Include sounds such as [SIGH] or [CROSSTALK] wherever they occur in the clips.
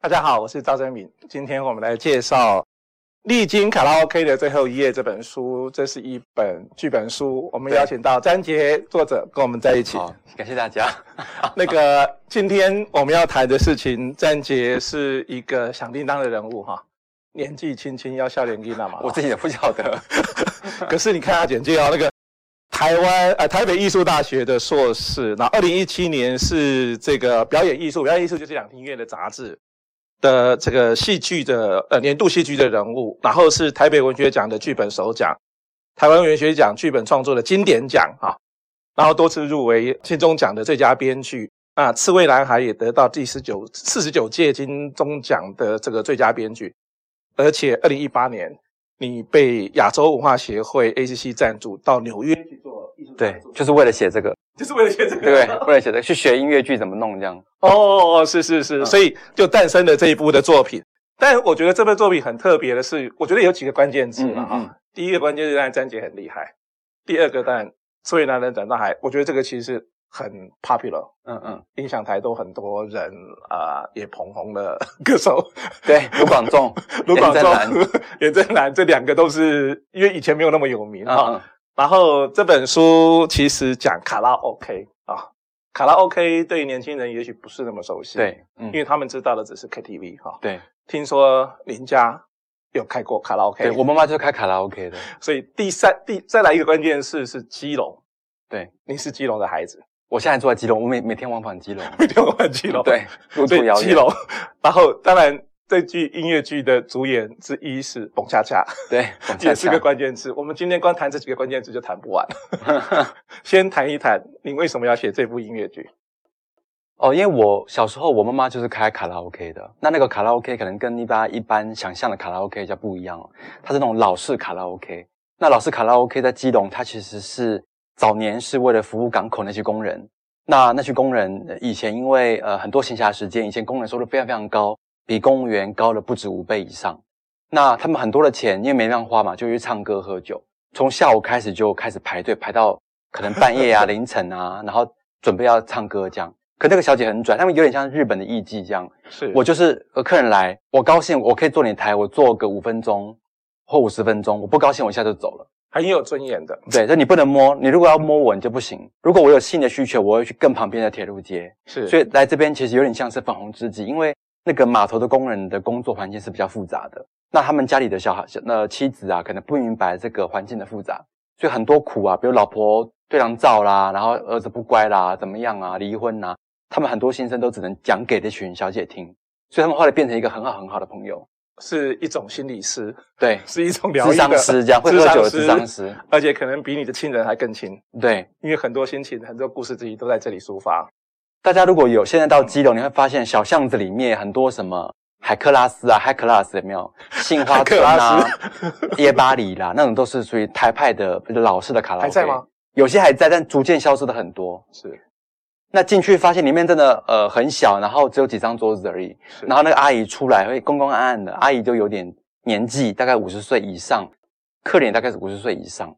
大家好，我是赵正敏。今天我们来介绍《历经卡拉 OK 的最后一页》这本书，这是一本剧本书。我们对邀请到詹杰作者跟我们在一起。好，感谢大家。那个今天我们要谈的事情，詹杰是一个响叮当的人物哈，年纪轻轻要笑脸叮当嘛。我自己也不晓得，可是你看他简介哦，那个台湾呃台北艺术大学的硕士，那二零一七年是这个表演艺术，表演艺术就是两厅院的杂志的这个戏剧的呃年度戏剧的人物，然后是台北文学奖的剧本首奖，台湾文学奖剧本创作的经典奖啊，然后多次入围金钟奖的最佳编剧。啊，《刺猬男孩》也得到第十九四十九届金钟奖的这个最佳编剧，而且二零一八年你被亚洲文化协会 ACC 赞助到纽约去做艺术创 [LAUGHS] 对作，就是为了写这个，就是为了写这个。对，为了写这个去学音乐剧怎么弄这样。哦，哦是是是，嗯所以就诞生了这一部的作品。但我觉得这部作品很特别的是，我觉得有几个关键字嘛嗯嗯嗯哈。第一个关键字当然詹姐很厉害，第二个当然所以男人长大海，我觉得这个其实是很 popular，嗯嗯，音响台都很多人啊、呃也捧红了歌手、对， [LAUGHS] 卢广仲卢广仲严 [LAUGHS] 正、严正南这两个都是因为以前没有那么有名 [LAUGHS] 南，哈。嗯嗯，然后这本书其实讲卡拉 OK 啊，卡拉 OK 对于年轻人也许不是那么熟悉，，对，因嗯，为他们知道的只是 KTV 哈、对，听说林家有开过卡拉 OK，对我妈妈就是开卡拉 OK 的，所以第三第再来一个关键是是基隆，对，你是基隆的孩子， [LAUGHS] 我现在住在基隆，我每每天往返基隆，每天玩基隆，，对，路所途以遥基远，隆。然后当然这剧音乐剧的主演之一是董恰恰，对，往也下是个下。关键字。我们今天光谈这几个关键字就谈不 [LAUGHS] 完。先谈一谈你为什么要写这部音乐剧？哦，因为我小时候我妈妈就是开卡拉 OK 的，那那个卡拉 OK 可能跟一般一般想象的卡拉 OK 比较不一样哦，它是那种老式卡拉 OK。那老式卡拉 OK 在基隆，它其实是早年是为了服务港口那些工人。那那群工人呃以前因为呃很多闲暇时间，以前工人收入非常非常高，比公务员高了不止五倍以上。那他们很多的钱因为没地方花嘛，就去唱歌喝酒，从下午开始就开始排队，排到可能半夜啊、凌晨啊，然后准备要唱歌这样。可那个小姐很拽，他们有点像日本的艺妓这样。是我 [LAUGHS] 就是呃，客人来，我高兴，我可以坐你台，我坐个五分钟或五十分钟，我不高兴，我一下就走了。很有尊严的，对，这你不能摸，你如果要摸我，你就不行。如果我有性的需求，我会去更旁边的铁路街。是所以来这边其实有点像是粉红知己，因为那个码头的工人的工作环境是比较复杂的。那他们家里的小孩、小呃妻子啊，可能不明白这个环境的复杂，所以很多苦啊，比如老婆对狼照啦，然后儿子不乖啦，怎么样啊，离婚啦、他们很多心声都只能讲给这群小姐听，所以他们后来变成一个很好很好的朋友，是一种心理师，对，是一种疗智愈的商师这样，会喝酒的智商，师师，而且可能比你的亲人还更亲，对。因为很多心情、很多故事自己都在这里抒发。大家如果有现在到基隆，你会发现小巷子里面很多什么海克拉斯啊、海克拉斯有没 [LAUGHS] 有？杏花村啊海、耶巴里啦，那种都是属于台派的老式的卡拉啊 OK。还在吗？有些还在，但逐渐消失的很多。是那进去发现里面真的呃很小，然后只有几张桌子而已。是然后那个阿姨出来会公公暗暗的，阿姨就有点年纪，大概五十岁以上，客人也大概是五十岁以上。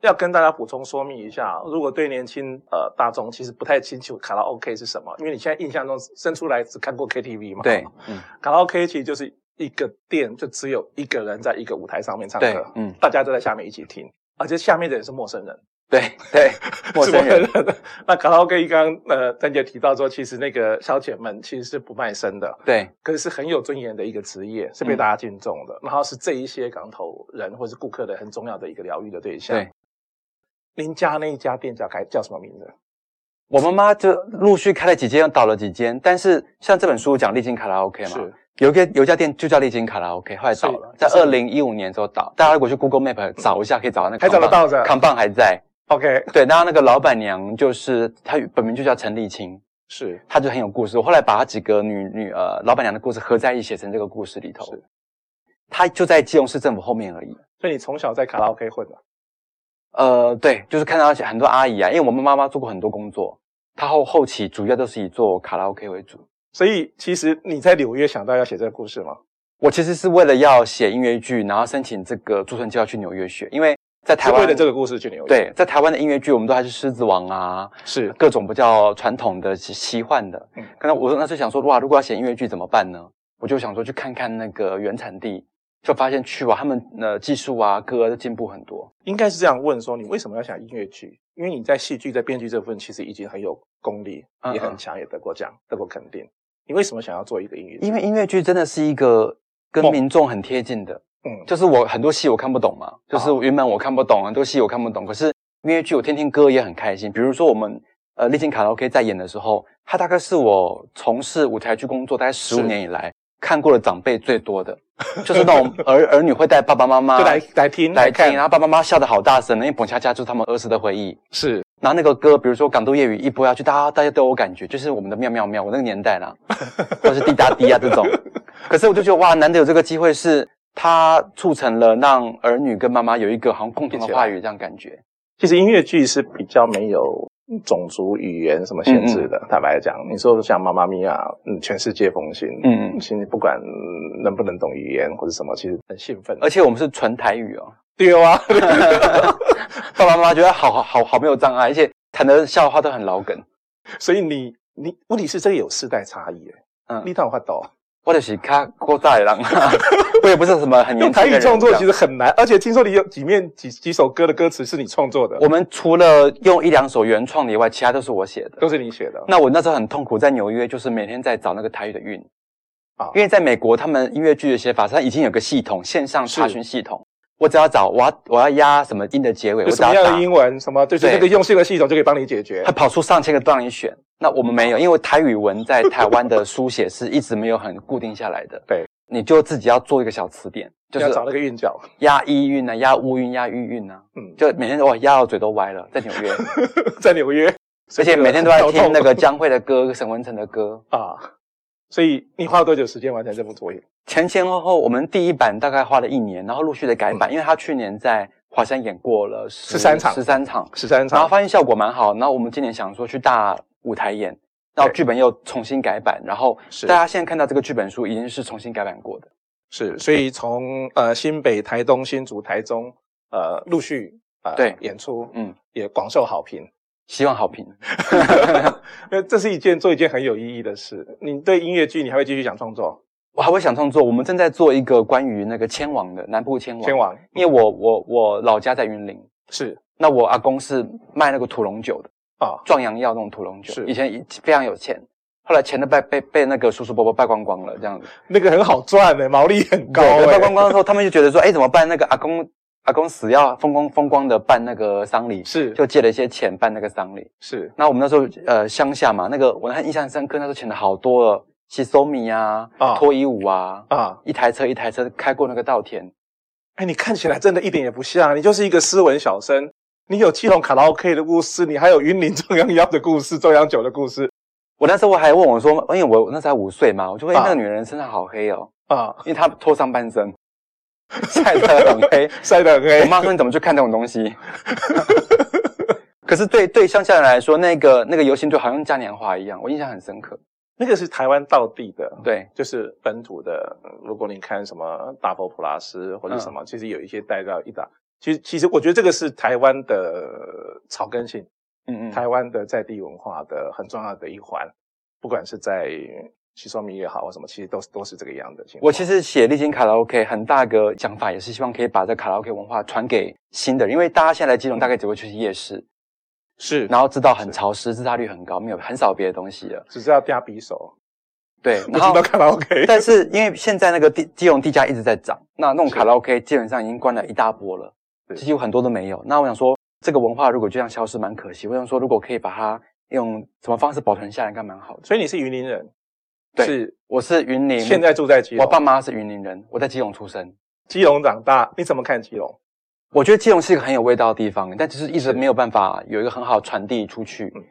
要跟大家补充说明一下，啊如果对年轻呃大众其实不太清楚卡拉 OK 是什么，因为你现在印象中生出来只看过 KTV 嘛， [LAUGHS] 对，嗯，卡拉 OK 其实就是一个店，就只有一个人在一个舞台上面唱对歌，，嗯，大家都在下面一起听，而且下面的人是陌生人，对 [LAUGHS] 对，陌生人是。陌生人。那卡拉 OK 刚刚呃，丹姐提到说，其实那个小姐们其实是不卖身的，对，可是是很有尊严的一个职业，是被嗯大家敬重的。然后是这一些港头人或是顾客的很重要的一个疗愈的对象。对，您家那一家店叫开叫什么名字？我妈妈就陆续开了几间，又倒了几间，但是像这本书讲丽晶卡拉 OK 嘛，是有一个有一家店就叫丽晶卡拉 OK，后来倒所了，在以二零一五年的时候倒。大家如果去 Google Map 找一下，可以找到那个还找得到的扛棒还在。 ？OK，对，然后那个老板娘就是她本名就叫陈丽青，是她就很有故事。我后来把她几个女女呃老板娘的故事合在一起写成这个故事里头是。她就在基隆市政府后面而已。所以你从小在卡拉 OK 混的，呃，对，就是看到很多阿姨啊，因为我们妈妈做过很多工作，她后后期主要都是以做卡拉 OK 为主。所以其实你在纽约想到要写这个故事吗？我其实是为了要写音乐剧，然后申请这个驻村计划去纽约学，因为在台是湾为了这个故事去纽约。，对，在台湾的音乐剧，我们都还是《狮子王》啊，是各种比较传统的、奇奇幻的嗯。可能我那时候想说，哇，如果要写音乐剧怎么办呢？我就想说去看看那个原产地，就发现去吧，他们呃技术啊、歌啊都进步很多。应该是这样问说，你为什么要想音乐剧？因为你在戏剧、在编剧这部分其实已经很有功力，嗯也很强，也得过奖，得过肯定。你为什么想要做一个音乐剧？因为音乐剧真的是一个跟梦民众很贴近的，嗯，就是我很多戏我看不懂啊嘛，就是原本我看不懂，很多戏我看不懂，可是音乐剧我听听歌也很开心。比如说我们呃丽晶卡拉 OK 在演的时候，它大概是我从事舞台剧工作大概十五是年以来看过的长辈最 [LAUGHS] 多的，就是那种儿儿女会带爸爸妈妈就来来听来看听，，然后爸爸妈妈笑得好大声，因为彭恰恰就是他们儿时的回忆。是然后那个歌，比如说《港都夜雨》一播下去，大家大家都有感觉，就是我们的妙妙妙，我那个年代 [LAUGHS] 啦，都是滴答滴啊这种。可是我就觉得哇，难得有这个机会是，它促成了让儿女跟妈妈有一个好像共同的话语这样感觉。其实音乐剧是比较没有嗯种族、语言什么限制的。坦白讲，你说像《妈妈咪呀》，嗯，全世界风行，嗯嗯其实不管嗯能不能懂语言或者什么，其实很兴奋。而且我们是纯台语哦，对啊，爸爸妈妈觉得好 [LAUGHS] 好好好没有障碍，而且谈的笑话都很老梗。 [LAUGHS] 所以你你问题是这个有世代差异，你嗯，哪有法懂？我就是卡过大人啦， [LAUGHS] 我也不是什么很用年轻台的语人创作这样其实很难，而且听说你有几面几几首歌的歌词是你创作的，我们除了用一两首原创的以外，其他都是我写的。都是你写的。那我那时候很痛苦，在纽约就是每天在找那个台语的韵啊因为在美国他们音乐剧的写法，它已经有个系统，线上查是询系统。我只要找我要我要压什么音的结尾，我就只什么要样打的，英文，什么就是对那个用这个系统就可以帮你解决它。跑出上千个让你选。那我们没嗯有，因为台语文在台湾的书写是一直没有很固定下来的。 [LAUGHS] 对，你就自己要做一个小词典， [LAUGHS] 就要找是那个韵脚，押一韵啊，押乌韵，押韵韵啊，嗯，就每天哇压到嘴都歪了，在纽 [LAUGHS] 约，在纽约，而且每天都 [LAUGHS] 在很跳听动那个江蕙的歌、沈文成的歌。啊。所以你花了多久时间完成这部作业？前前后后，我们第一版大概花了一年，然后陆续的改版，因为他去年在华山演过了嗯十13场十三场，十三然后场，发现效果蛮好，然后我们今年想说去大舞台演，然后对剧本又重新改版，然后是大家现在看到这个剧本书已经是重新改版过的，是，所以从呃新北、台东、新竹、台中，呃陆续呃对演出，嗯，也广受好评。希望好评。因为这是一件做一件很有意义的事。你对音乐剧，你还会继续想创作？我还会想创作，我们正在做一个关于那个迁王的南部迁王，天，王因为我我我老家在云林，是那我阿公是卖那个土龙酒的。啊，壮阳药那种屠龙酒是，以前非常有钱，后来钱都被被被那个叔叔伯伯败光光了，这样子。那个很好赚的，毛利很高对败光哎。光的时候，他们就觉得说，哎，怎么办？那个阿公阿公死要风光风光的办那个丧礼，是就借了一些钱办那个丧礼。是那我们那时候呃乡下嘛，那个我还印象深刻，那时候钱的好多了，洗手米啊啊，脱衣舞啊，啊，一台车一台车开过那个稻田，哎，你看起来真的一点也不像，你就是一个斯文小生。你有七龙卡拉 OK 的故事，你还有云林中央幺 [LAUGHS] 的故事、中央九的故事我那时候我还问我说，因为我那时候还五岁嘛，我就会、哎啊那个女人身上好黑哦，啊，因为她脱上半身， [LAUGHS] 晒得很黑。晒得很我黑。妈说你怎么去看这种东西？ [LAUGHS] 可是对对乡下人来说，那个那个游行队好像嘉年华一样，我印象很深刻。那个是台湾道地的，对，就是本土的。呃如果你看什么大佛普拉斯或者什嗯么，其实有一些带到一打。其实，其实我觉得这个是台湾的草根性，嗯嗯，台湾的在地文化的很重要的一环，不管是在西双米也好或什么，其实都是都是这个样的情况。我其实写历经卡拉 OK 很大个想法也是希望可以把这卡拉 OK 文化传给新的人，因为大家现在来基隆大概只会去夜市，是，然后知道很潮湿，自杀率很高，没有很少别的东西了。只知道嗲匕首，对， [LAUGHS] 不然知后道卡拉 OK。 [LAUGHS] 但是因为现在那个地基隆地价一直在涨，那那种是卡拉 OK 基本上已经关了一大波了，对几乎很多都没有。那我想说，这个文化如果就这样消失，蛮可惜。我想说，如果可以把它用什么方式保存下来，应该蛮好的。所以你是云林人，对是我是云林，现在住在基我隆，爸妈是云林人，我在基隆出生。基隆长大，你怎么看基隆？我觉得基隆是一个很有味道的地方，但只是一是直没有办法有一个很好传递出去。嗯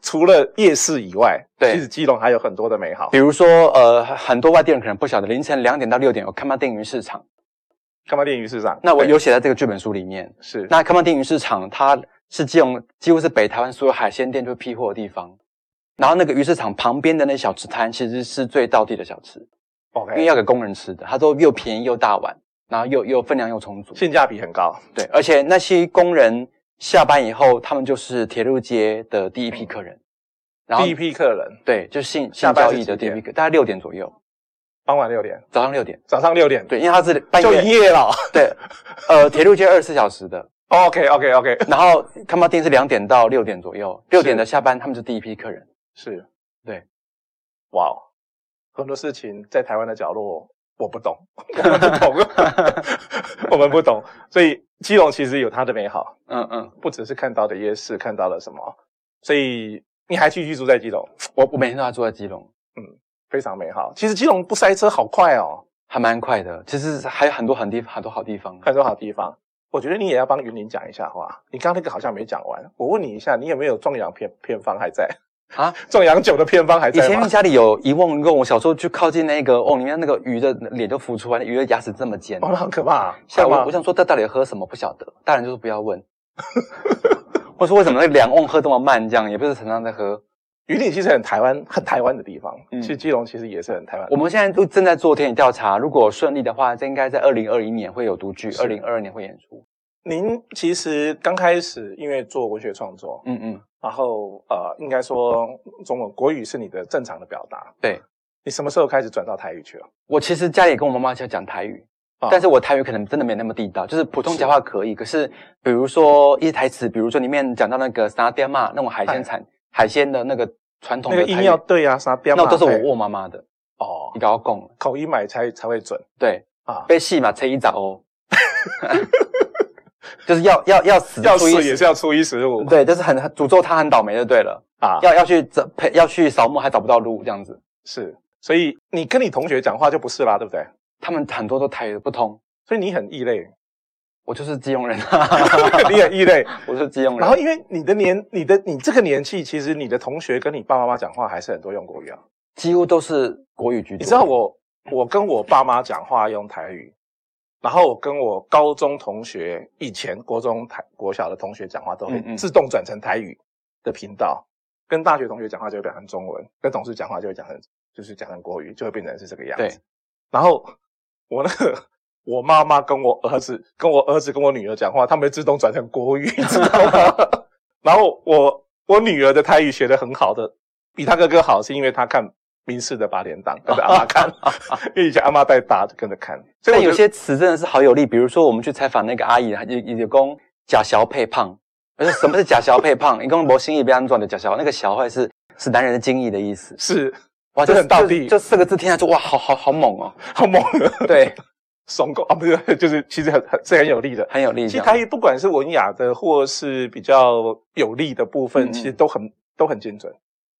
除了夜市以外，对其实基隆还有很多的美好比。如说，呃，很多外地人可能不晓得，凌晨两点到六点有看妈电鱼市场，干嘛电鱼市场？那我对有写在这个剧本书里面。是那康邦电鱼市场，它是基隆几乎是北台湾所有海鲜店就批货的地方。然后那个鱼市场旁边的那小吃摊，其实是最道地的小吃，因为 OK，要给工人吃的，它都又便宜又大碗，然后又又分量又充足。性价比很高。对，而且那些工人下班以后，他们就是铁路街的第一批客人，然后第一批客人对，就是性下性班交是易的几第一点批客，大概六点左右，傍晚六点，早上六点。早上六点，，对，因为他是半就营夜业了。对，呃，铁路街二十四小时的， OK OK [LAUGHS] OK，然后他们店是两点到六点左右，六点是的下班他们是第一批客人。是，对，哇哦，很多事情在台湾的角落我不懂， [LAUGHS] 我们不 [LAUGHS] 懂，我们不懂，所以基隆其实有它的美好，嗯嗯，不只是看到的夜市，看到了什么，所以你还去居住在基隆，我我每天都要住在基隆，非常美好。其实基隆不塞车好快哦，还蛮快的。其实还有很多很地很多好地方。很多好地方。我觉得你也要帮云林讲一下话，你刚刚那个好像没讲完。我问你一下，你有没有壮阳偏偏方还在啊？ [LAUGHS] 壮阳酒的偏方还以在前吗？家里有一瓮肉，我小时候就靠近那个哦瓮里面那个鱼的脸就浮出来，那鱼的牙齿这么尖。哦，那很可怕、啊，像吗我，我？想说这到底喝什么不晓得，大人就是不要问。或者说为什么那两瓮喝这么慢，这样也不是常常在喝。云林其实很台湾，很台湾的地方。嗯其实基隆其实也是很台湾。我们现在都正在做田野调查，如果顺利的话，这应该在二零二一年会有独剧，是二零二二年会演出。您其实刚开始因为做文学创作，嗯嗯，然后呃，应该说中文国语是你的正常的表达。对。你什么时候开始转到台语去了？我其实家里也跟我妈妈就讲台语，啊但是我台语可能真的没那么地道，就是普通讲话可以，可是比如说一些台词，比如说里面讲到那个沙爹嘛，那种海哎鲜产海鲜的那个传统那的个台语，音要对啊，啥标那都是我对问我妈妈的，哦，你搞要供口音买才才会准对，啊。被戏嘛，吹一 [LAUGHS] 早哦，就是要要要死，要初一死也是要初一十五。对，就是很很诅咒他很倒霉就对了，啊，要要去找陪要去扫墓还找不到路这样子，是，所以你跟你同学讲话就不是啦，对不对？他们很多都台语不通，所以你很异类， [LAUGHS] 我就是基隆人，啊你很异类。 [LAUGHS] 我是基隆人，啊然后因为你的年，你的你这个年纪，其实你的同学跟你爸爸妈妈讲话还是很多用国语啊。几乎都是国语居多。你知道我，我跟我爸妈讲话用台语，然后我跟我高中同学以前国中台国小的同学讲话都会嗯嗯自动转成台语的频道，跟大学同学讲话就会变成中文，跟同事讲话就会讲成就是讲成国语，就会变成是这个样子。对，然后我那个我妈妈跟我儿子、跟我儿子、跟我女儿讲话，他们会自动转成国语，你知道吗？ [LAUGHS] 然后我我女儿的台语学得很好的，比她哥哥好，是因为她看民视的八点档，跟着阿妈 [LAUGHS] 看，因为以前阿妈带大就跟着看，所以但我觉有得些词真的是好有力，比如说我们去采访那个阿姨，她有有公假小配胖，我说什么是假小配胖？你公博心意被安装的假小，那个小会是是男人的精意的意思。是 [LAUGHS] 哇，这就很道地就，就四个字听下去，哇，好好好猛哦！好猛，啊对，爽够啊，不是，就是其实很很是很有力的。很有力其这实样。台语不管是文雅的，或是比较有力的部分，嗯嗯其实都很都很精准。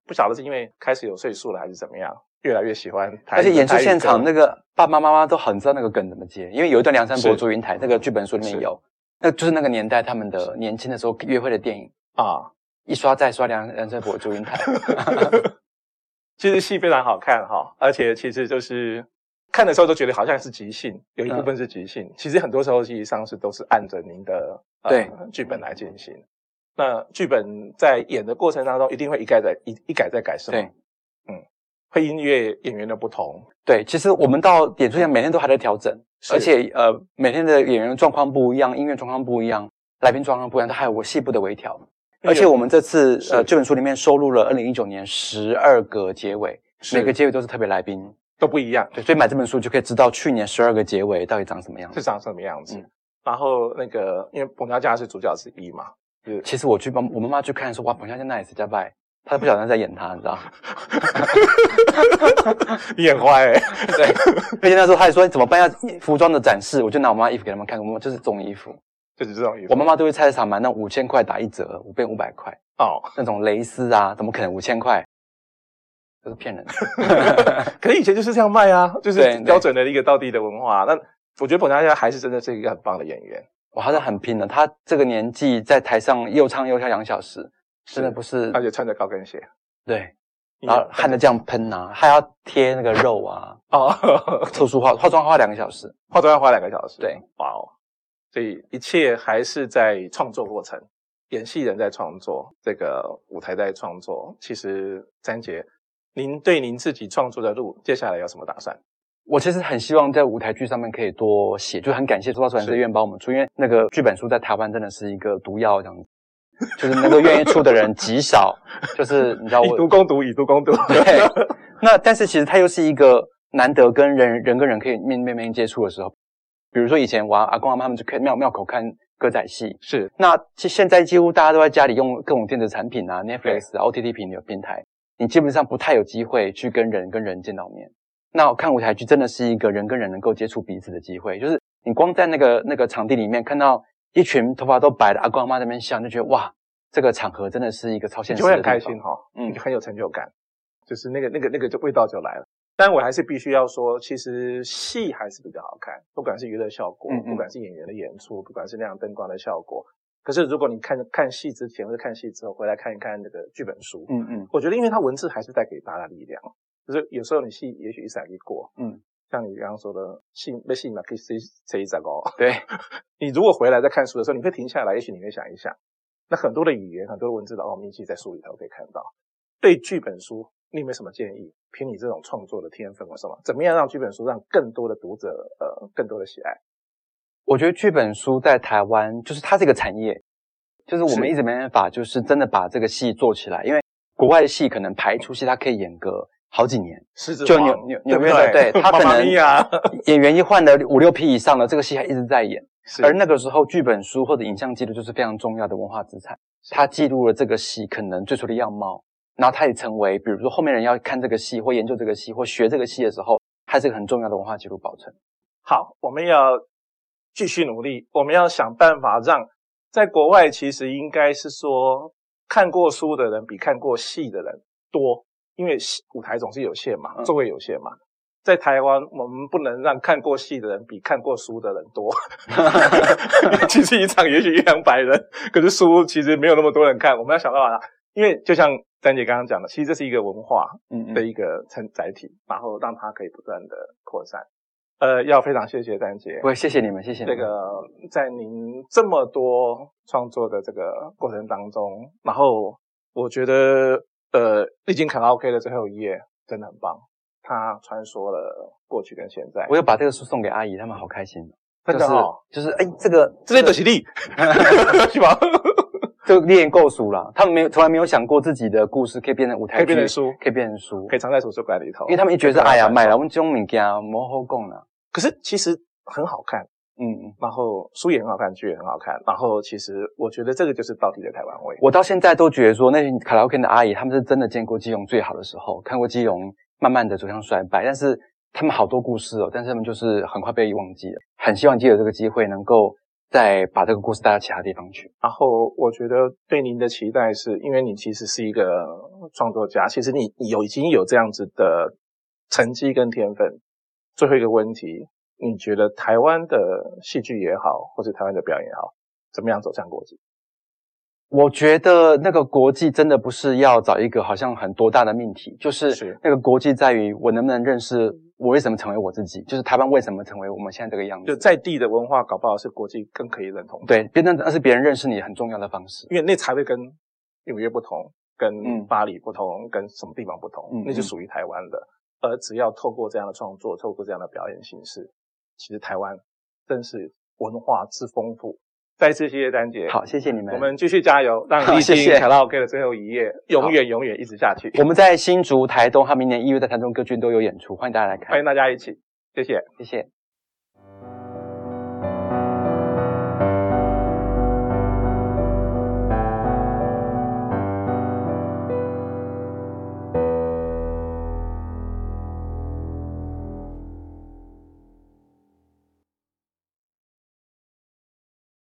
不晓得是因为开始有岁数了，还是怎么样，越来越喜欢台语。而且演出现场台那语歌个爸爸妈妈都很知道那个梗怎么接，因为有一段梁山伯是祝英台那个剧本书里是面有，那就是那个年代他们的年轻的时候约会的电影，啊，一刷再刷梁梁山伯祝英台。其实戏非常好看哈，而且其实就是看的时候都觉得好像是即兴，有嗯一部分是即兴，其实很多时候实际上是都是按着您的、呃对剧本来进行。那剧本在演的过程当中，一定会一改再一一改再改， [LAUGHS] 是吗？对，嗯，配音乐演员的不同，对，其实我们到演出前每天都还在调整，是而且呃每天的演员状况不一样，音乐状况不一样，来宾状况不一样，它还有我细部的微调。而且我们这次哎是呃这本书里面收录了二零一九年十二个结尾，是每个结尾都是特别来宾，都不一样。对，所以买这本书就可以知道去年十二个结尾到底长什么样是子。长什么样子。嗯然后那个，因为彭佳佳是主角之一嘛， [LAUGHS] 是其实我去帮我妈妈去看说，哇，彭佳佳那也是加拜，她都不晓得她在演她，你知道？你眼坏、欸， [LAUGHS] 对， [LAUGHS] 而且那时候她还说怎么办要服装的展示，我就拿我妈妈衣服给他们看，我妈妈就是这种衣服，就是这种意思。我妈妈都会菜市场买那五千块打一折，我变五百块。哦，那种蕾丝啊，怎么可能五千块？这是骗人的。 [LAUGHS] 可是以前就是这样卖啊，就是对标准的一个道地的文化。那我觉得彭佳佳还是真的是一个很棒的演员，哇，他是很拼的，他这个年纪在台上又唱又跳两小时，真的 [LAUGHS] 不是而且穿着高跟鞋，对，嗯然后汗的这样喷啊，还要贴那个肉啊， [LAUGHS] 哦，特殊化化妆花两个小时。化妆要花两个小时，对，哇哦，所以一切还是在创作过程，演戏人在创作，这个舞台在创作。其实詹杰，您对您自己创作的路，接下来有什么打算？我其实很希望在舞台剧上面可以多写，就很感谢周道出版社愿意帮我们出，因为那个剧本书在台湾真的是一个毒药，这样子，就是能够愿意出的人极少，就是你知道以毒啊我攻毒，以毒攻毒。 [LAUGHS] 对。 [LAUGHS] 那但是其实它又是一个难得跟人人跟人可以面面面接触的时候，比如说以前我阿公阿妈他们就看庙庙口看歌仔戏，是那其现在几乎大家都在家里用各种电子产品啊，Netflix 啊、OTT 平平台，你基本上不太有机会去跟人跟人见到面。那我看舞台剧真的是一个人跟人能够接触彼此的机会，就是你光在那个那个场地里面看到一群头发都白的阿公阿妈在那边笑，你就觉得哇，这个场合真的是一个超现你实就的会地很方，开心哈、嗯嗯，很有成就感，就是那个那个那个就味道就来了。但我还是必须要说，其实戏还是比较好看，不管是娱乐效果嗯嗯，不管是演员的演出，不管是那样灯光的效果。可是如果你看看戏之前或者看戏之后回来看一看那个剧本书，嗯嗯我觉得因为它文字还是带给大家力量，就是有时候你戏也许一闪一过，嗯，像你刚刚说的戏被戏嘛，可以谁谁一闪哦，对，你如果回来再看书的时候，你会停下来，也许你会想一想，那很多的语言、很多的文字的奥秘，其实在书里头可以看到。对剧本书，你有没有什么建议？凭你这种创作的天分或什么，怎么样让剧本书让更多的读者呃更多的喜爱？我觉得剧本书在台湾就是它是一个产业，就是我们是一直没办法，就是真的把这个戏做起来，因为国外的戏可能排一出戏它可以演个好几年，狮子就王纽对纽不纽约的对他可能 Mamma Mia 演员一换了五六批以上了，这个戏还一直在演。 [LAUGHS] 是而那个时候，剧本书或者影像记录就是非常重要的文化资产，它记录了这个戏可能最初的样貌，然后它也成为，比如说后面人要看这个戏或研究这个戏或学这个戏的时候，它是一个很重要的文化记录 [LAUGHS] 保存。好，我们要继续努力，我们要想办法让在国外其实应该是说看过书的人比看过戏的人多，因为戏舞台总是有限嘛，嗯座位有限嘛。在台湾，我们不能让看过戏的人比看过书的人多。其实一场也许一两百人，可是书其实没有那么多人看。我们要想办法，因为就像丹姐刚刚讲的，其实这是一个文化，嗯的，一个承载体，然后让它可以不断的扩散。呃，要非常谢谢丹姐不，会，谢谢你们，谢谢你这们。个在您这么多创作的这个过程当中，然后我觉得呃，《历经卡拉 OK》的最后一页真的很棒，它穿梭了过去跟现在，我有把这个书送给阿姨，他们好开心。真的哦，就是就是哎，这个这些都是 [LAUGHS] 力， [LAUGHS] 是吧？就练够书啦。他们没有从来没有想过自己的故事可以变成舞台可剧，以变成书可以变成书可，以藏在图书馆里头，因为他们一觉得是可以哎呀藏在买了，我们这种物件模糊讲啦。可是其实很好看，嗯嗯，然后书也很好看，剧也很好看，然后其实我觉得这个就是到底的台湾味。我到现在都觉得说那些卡拉 OK 的阿姨，他们是真的见过基隆最好的时候，看过基隆慢慢的走向衰败，但是他们好多故事哦，但是他们就是很快被忘记了。很希望借着这个机会，能够再把这个故事带到其他地方去。然后我觉得对您的期待是，因为你其实是一个创作家，其实你你有已经有这样子的成绩跟天分。最后一个问题，你觉得台湾的戏剧也好，或者台湾的表演也好，怎么样走向国际？我觉得那个国际真的不是要找一个好像很多大的命题，就是是那个国际在于我能不能认识我为什么成为我自己，就是台湾为什么成为我们现在这个样就子。在地的文化，搞不好是国际更可以认同的，对，别人那是别人认识你很重要的方式。因为那才会跟纽约不同，嗯跟巴黎不同，跟什么地方不同，嗯那嗯就属于台湾的。而只要透过这样的创作，透过这样的表演形式，其实台湾真是文化之丰富。再次谢谢丹姐，好，，谢谢你们。我们继续加油，让好历谢经谢卡拉 OK 的最后一页，永远永远一直下去。我们在新竹、台东，还有明年一月在台中歌剧院都有演出，欢迎大家来欢看迎，大家一起，谢谢。谢谢。